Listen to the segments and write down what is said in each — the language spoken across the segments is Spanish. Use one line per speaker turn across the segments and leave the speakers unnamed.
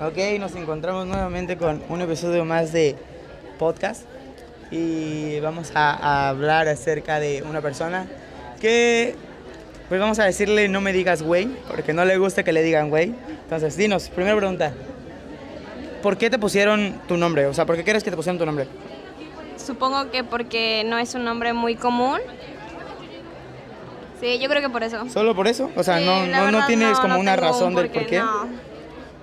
Ok, nos encontramos nuevamente con un episodio más de podcast y vamos a, a hablar acerca de una persona que, pues vamos a decirle no me digas güey, porque no le gusta que le digan güey. Entonces, dinos, primera pregunta, ¿por qué te pusieron tu nombre? O sea, ¿por qué crees que te pusieron tu nombre?
Supongo que porque no es un nombre muy común. Sí, yo creo que por eso.
¿Solo por eso? O sea,
Sí,
no,
la
no, no
verdad
tienes
no,
como
no
una
tengo un
razón del por qué.
No,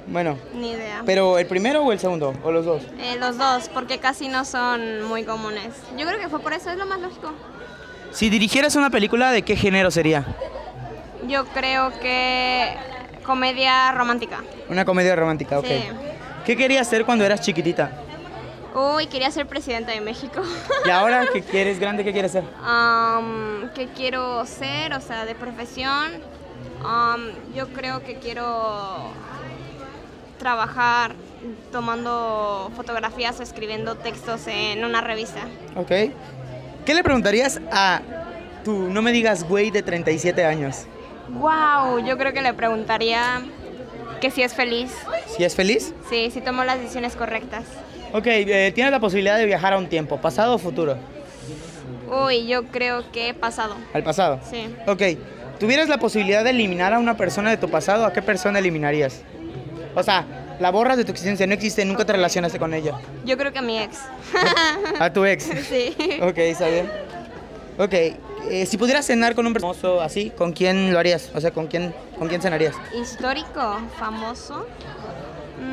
Bueno,
ni idea.
pero ¿el primero o el segundo? ¿O los dos?
Eh, los dos, porque casi no son muy comunes. Yo creo que fue por eso, es lo más lógico.
Si dirigieras una película, ¿de qué género sería?
Yo creo que comedia romántica.
Una comedia romántica, ok.
Sí.
¿Qué querías hacer cuando eras chiquitita?
Uy, quería ser presidenta de México.
Y ahora que quieres grande, ¿qué quieres hacer?
Am, ¿Qué quiero ser? O sea, de profesión. Am, yo creo que quiero trabajar tomando fotografías o escribiendo textos en una revista.
Ok. ¿Qué le preguntarías a tu, no me digas güey, de 37 años?
¡Wow! Yo creo que le preguntaría que si es feliz.
¿Si es feliz?
Sí, si tomó las decisiones correctas.
Ok, eh, tienes la posibilidad de viajar a un tiempo, pasado o futuro.
Uy, yo creo que he pasado.
Al pasado.
Sí.
Ok, tuvieras la posibilidad de eliminar a una persona de tu pasado, ¿a qué persona eliminarías? O sea, la borras de tu existencia, no existe, nunca te relacionaste con ella.
Yo creo que a mi ex.
A tu ex.
sí.
Ok, está bien. Ok, eh, si pudieras cenar con un famoso así, ¿con quién lo harías? O sea, ¿con quién, con quién cenarías?
Histórico, famoso.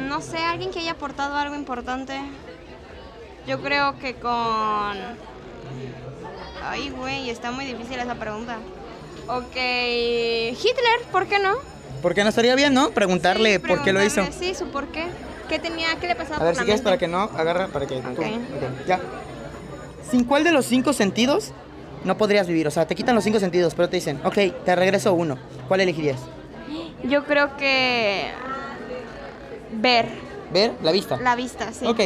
No sé, alguien que haya aportado algo importante. Yo creo que con... Ay, güey, está muy difícil esa pregunta. Ok, Hitler, ¿por qué no?
Porque no estaría bien, ¿no? Preguntarle
Sí,
por qué lo hizo.
preguntarle, Sí, su por qué. ¿Qué tenía? ¿Qué le pasaba
A ver,
por
si
la
quieres,
mente?
para que no, agarra, para que... tú-
Ok.
ok, ya. ¿Sin cuál de los cinco sentidos no podrías vivir? O sea, te quitan los cinco sentidos, pero te dicen, ok, te regreso uno. ¿Cuál elegirías?
Yo creo que... Ver
¿Ver? La vista.
la vista, sí.
Ok.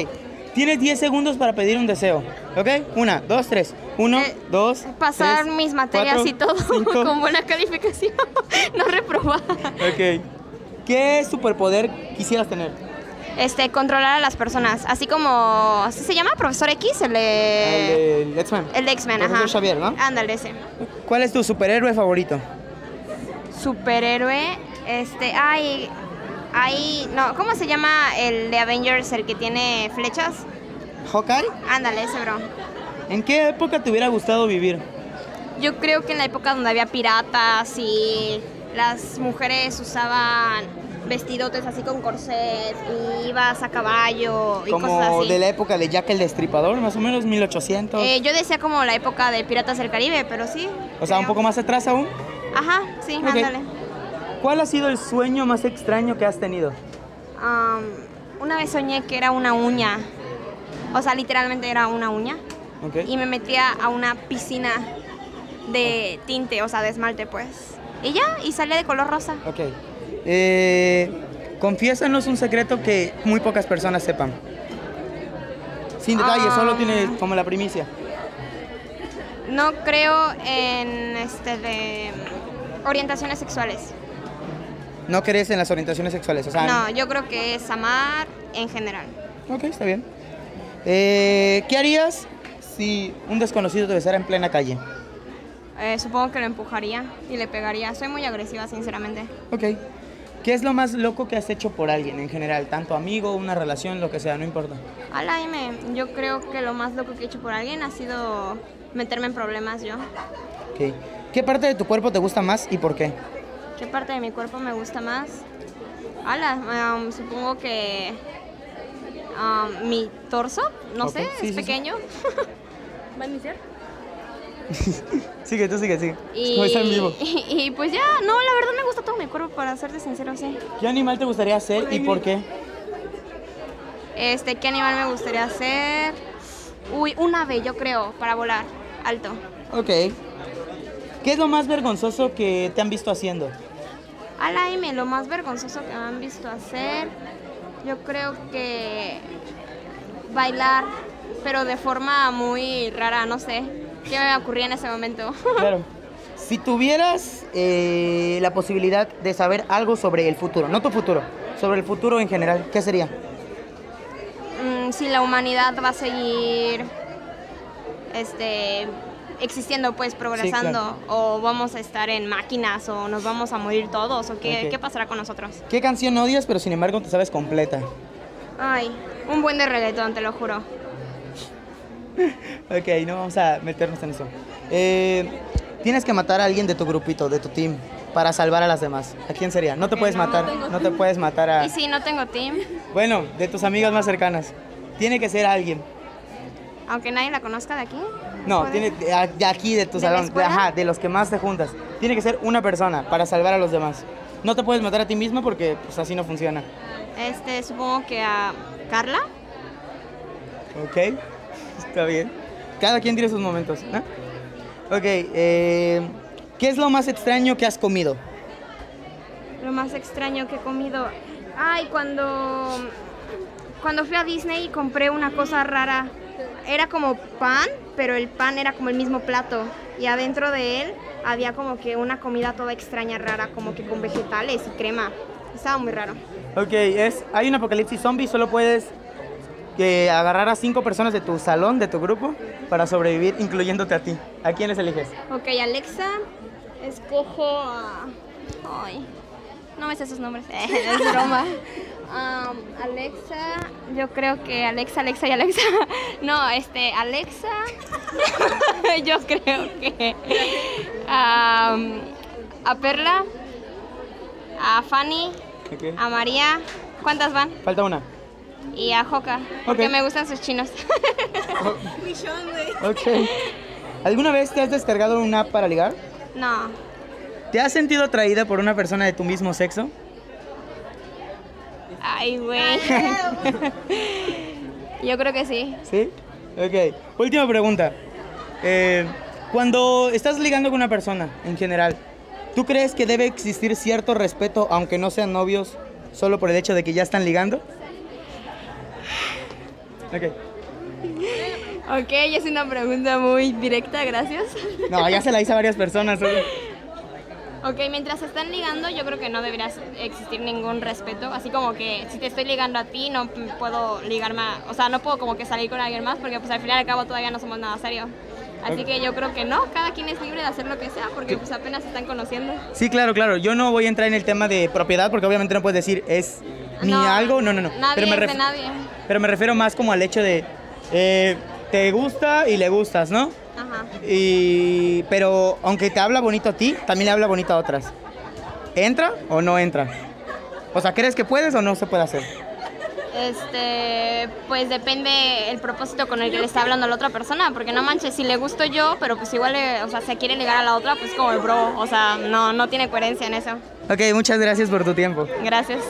Tienes 10 segundos para pedir un deseo. ¿Ok? Una, dos, tres. Uno,
Eh,
dos,
Pasar
tres,
mis materias
cuatro,
y todo
cinco.
con buena calificación. no reprobar.
Ok. ¿Qué superpoder quisieras tener?
Este, controlar a las personas. Así como. ¿sí ¿Se llama profesor X? El de.
El de X-Men.
El de Eh, X-Men, ajá.
Profesor Xavier, ¿no?
Ándale, ese.
¿Cuál es tu superhéroe favorito?
Superhéroe. Este, ay. Ay. No, ¿cómo se llama el de Avengers, el que tiene flechas?
¿Hawkeye?
Ándale, ese, bro.
¿En qué época te hubiera gustado vivir?
Yo creo que en la época donde había piratas y las mujeres usaban vestidotes así con corset y ibas a caballo y cosas
Como
así.
de la época de Jack el Destripador, más o menos 1800.
Eh, yo decía como la época de Piratas del Caribe, pero sí.
o sea, un
creo.
poco más atrás aún.
Ajá, sí,
Ok.
ándale.
¿Cuál ha sido el sueño más extraño que has tenido?
Am, una vez soñé que era una uña. O sea, literalmente era una uña.
Ok.
Y me metía a una piscina de tinte, o sea, de esmalte, pues. Y ya, y salía de color rosa.
Ok. Eh, confiésanos un secreto que muy pocas personas sepan. Sin detalle,
Ah.
solo tiene como la primicia.
No creo en este de orientaciones sexuales.
No crees en las orientaciones sexuales, o sea.
No, yo creo que es amar en general.
Ok, está bien. Eh, ¿Qué harías si un desconocido te besara en plena calle?
Eh, supongo que lo empujaría y le pegaría. Soy muy agresiva, sinceramente.
Ok. ¿Qué es lo más loco que has hecho por alguien en general? Tanto amigo, una relación, lo que sea, no importa.
Hola, Aime. Yo creo que lo más loco que he hecho por alguien ha sido meterme en problemas yo.
Ok. ¿Qué parte de tu cuerpo te gusta más y por qué?
¿Qué parte de mi cuerpo me gusta más? Hola, um, supongo que um, mi torso, no
Ok,
sé,
sí, sí, sí.
es pequeño. ¿Va a iniciar?
Sigue, tú sigue, sigue.
Y,
Como está en vivo.
y, y pues ya, no, la verdad me gusta todo mi cuerpo, para serte sincero, sí.
¿Qué animal te gustaría ser y por qué?
Este, ¿qué animal me gustaría ser? Uy, un ave, yo creo, para volar alto.
Ok. ¿Qué es lo más vergonzoso que te han visto haciendo?
Ala M, lo más vergonzoso que me han visto hacer, yo creo que bailar, pero de forma muy rara, no sé. ¿Qué me ocurría en ese momento?
Claro. Si tuvieras eh, la posibilidad de saber algo sobre el futuro, no tu futuro, sobre el futuro en general, ¿qué sería?
Mm, si la humanidad va a seguir este, existiendo, pues progresando, o vamos a estar en máquinas, o nos vamos a morir todos, o qué,
Ok.
qué pasará con nosotros.
¿Qué canción odias pero sin embargo te sabes completa?
Ay, un buen de reggaetón, te lo juro.
Ok, no vamos a meternos en eso. Eh, tienes que matar a alguien de tu grupito, de tu team, para salvar a las demás. ¿A quién sería? No te puedes
no
matar, no te puedes matar a...
Y si no tengo team,
Bueno, de tus amigas más cercanas. Tiene que ser alguien.
aunque nadie la conozca de aquí.
No,
puede-
tiene de a- de aquí de tu
¿De la
salón, de,
escuela?
ajá, de los que más te juntas. Tiene que ser una persona para salvar a los demás. No te puedes matar a ti mismo porque pues, así no funciona.
Este, supongo que a Carla.
¿Ok? Está bien. Cada quien tiene sus momentos. ¿no? Ok, eh, ¿qué es lo más extraño que has comido?
Lo más extraño que he comido. Ay, cuando. Cuando fui a Disney compré una cosa rara. Era como pan, pero el pan era como el mismo plato. Y adentro de él había como que una comida toda extraña, rara, como que con vegetales y crema. Estaba muy raro.
Ok, es, hay un apocalipsis zombie, solo puedes que agarrar a cinco personas de tu salón, de tu grupo, para sobrevivir, incluyéndote a ti. ¿A quiénes eliges?
Ok, Alexa, escojo a. Ay, no me sé sus nombres. es broma. Am, Alexa, yo creo que Alexa, Alexa y Alexa. No, este, Alexa. yo creo que. am, a Perla, a Fanny,
Ok.
a María. ¿Cuántas van?
Falta una.
Y a Joca, porque
Ok.
me gustan sus chinos.
Ok. ¿Alguna vez te has descargado una app para ligar?
no,
¿Te has sentido atraída por una persona de tu mismo sexo?
Ay, güey. Yo creo que sí.
¿Sí? Ok. Última pregunta. Eh, cuando estás ligando con una persona, en general, ¿tú crees que debe existir cierto respeto, aunque no sean novios, solo por el hecho de que ya están ligando? Ok.
Ok, es una pregunta muy directa, gracias.
No, ya se la hice a varias personas. ¿eh?
Ok, mientras se están ligando, yo creo que no debería existir ningún respeto. Así como que si te estoy ligando a ti, no p- puedo ligarme, a- o sea, no puedo como que salir con alguien más, porque pues al final y al cabo todavía no somos nada serio. Así
Ok.
que yo creo que no, cada quien es libre de hacer lo que sea, porque pues apenas se están conociendo.
Sí, claro, claro. Yo no voy a entrar en el tema de propiedad porque obviamente no puedes decir es ni
No,
algo. No, no, no.
Nadie
Pero me
es de
ref-
nadie.
Pero me refiero más como al hecho de eh, te gusta y le gustas, ¿no?
Ajá.
Y pero aunque te habla bonito a ti, también le habla bonito a otras. ¿Entra o no entra? O sea, ¿crees que puedes o no se puede hacer?
Este, pues depende el propósito con el que le está hablando la otra persona, porque no manches, si le gusto yo, pero pues igual, le- o sea, se quiere ligar a la otra, pues como el bro, o sea, no, no tiene coherencia en eso.
Ok, muchas gracias por tu tiempo.
Gracias.